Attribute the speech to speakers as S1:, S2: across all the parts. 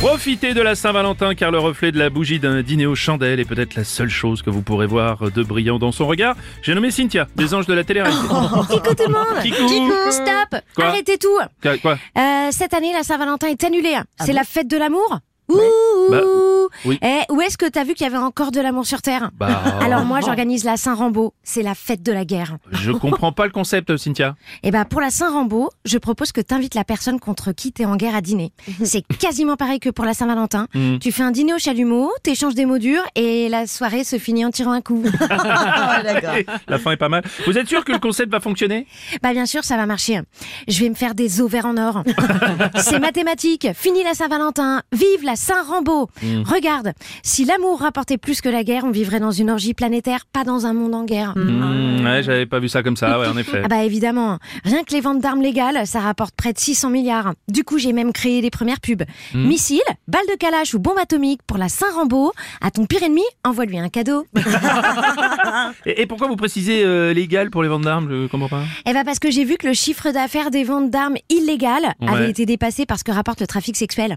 S1: Profitez de la Saint-Valentin car le reflet de la bougie d'un dîner aux chandelles est peut-être la seule chose que vous pourrez voir de brillant dans son regard. J'ai nommé Cynthia, des anges de la télé-réalité.
S2: Kikou tout le monde
S1: Kikou.
S2: stop
S1: Quoi
S2: Arrêtez tout
S1: Quoi- Quoi
S2: Euh, Cette année, la Saint-Valentin est annulée. hein. C'est la fête de l'amour Ouh
S1: Ah Bah, oui.
S2: Eh, où est-ce que t'as vu qu'il y avait encore de l'amour sur Terre
S1: Bah,
S2: Alors moi, j'organise la Saint-Rambaud. C'est la fête de la guerre.
S1: je comprends pas le concept, Cynthia.
S2: Et ben pour la Saint-Rambaud, je propose que t'invites la personne contre qui t'es en guerre à dîner. C'est quasiment pareil que pour la Saint-Valentin.
S1: Hmm.
S2: Tu fais un dîner au chalumeau, t'échanges des mots durs et la soirée se finit en tirant un coup.
S1: La fin est pas mal. Vous êtes sûr que le concept va fonctionner
S2: Bah bien sûr, ça va marcher. Je vais me faire des ovaires en or. C'est mathématique. Fini la Saint-Valentin. Vive la Saint-Rambaud. Regarde, si l'amour rapportait plus que la guerre, on vivrait dans une orgie planétaire, pas dans un monde en guerre.
S1: Hmm, Ouais, j'avais pas vu ça comme ça, ouais, en effet.
S2: Ah bah évidemment, rien que les ventes d'armes légales, ça rapporte près de 600 milliards. Du coup, j'ai même créé les premières pubs. Missiles, balles de calage ou bombes atomiques pour la Saint-Rambaud. À ton pire ennemi, envoie-lui un cadeau.
S1: Et, et pourquoi vous précisez euh, légal pour les ventes d'armes Je comprends pas.
S2: Eh ben parce que j'ai vu que le chiffre d'affaires des ventes d'armes illégales
S1: Ouais. Ah,
S2: avait été dépassé par ce que rapporte le trafic sexuel.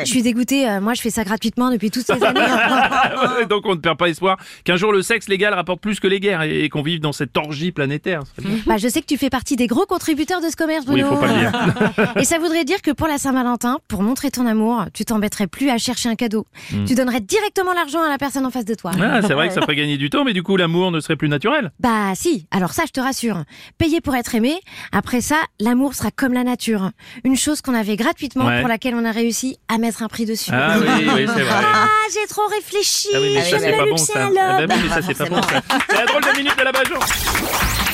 S2: Je suis dégoûtée, euh, moi je fais ça gratuitement depuis toutes ces années. hein.
S1: Ouais, Donc on ne perd pas espoir qu'un jour le sexe légal rapporte plus que les guerres et, et qu'on vive dans cette orgie planétaire. Ce serait bien.
S2: bah, je sais que tu fais partie des gros contributeurs de ce commerce,
S1: Oui,
S2: Bruno.
S1: faut pas le dire.
S2: Et ça voudrait dire que pour la Saint-Valentin, pour montrer ton amour, tu t'embêterais plus à chercher un cadeau.
S1: Hmm.
S2: Tu donnerais directement l'argent à la personne en face de toi.
S1: Ah, c'est vrai que ça ferait gagner du temps, mais du coup l'amour ne serait plus naturel.
S2: Bah si, alors ça je te rassure. Payer pour être aimé, après ça, l'amour sera comme la nature. Une chose qu'on avait gratuitement
S1: Ouais.
S2: pour laquelle on a réussi à mettre un prix dessus.
S1: Ah oui, oui, c'est vrai.
S2: Ah, j'ai trop réfléchi.
S1: Ah ben oui, mais
S2: je
S1: ça c'est
S2: me
S1: pas bon
S2: luxe à
S1: ça.
S2: l'aube.
S1: Ah bah oui, mais ça c'est pas bon ça. C'est la drôle de minute de la Bajon.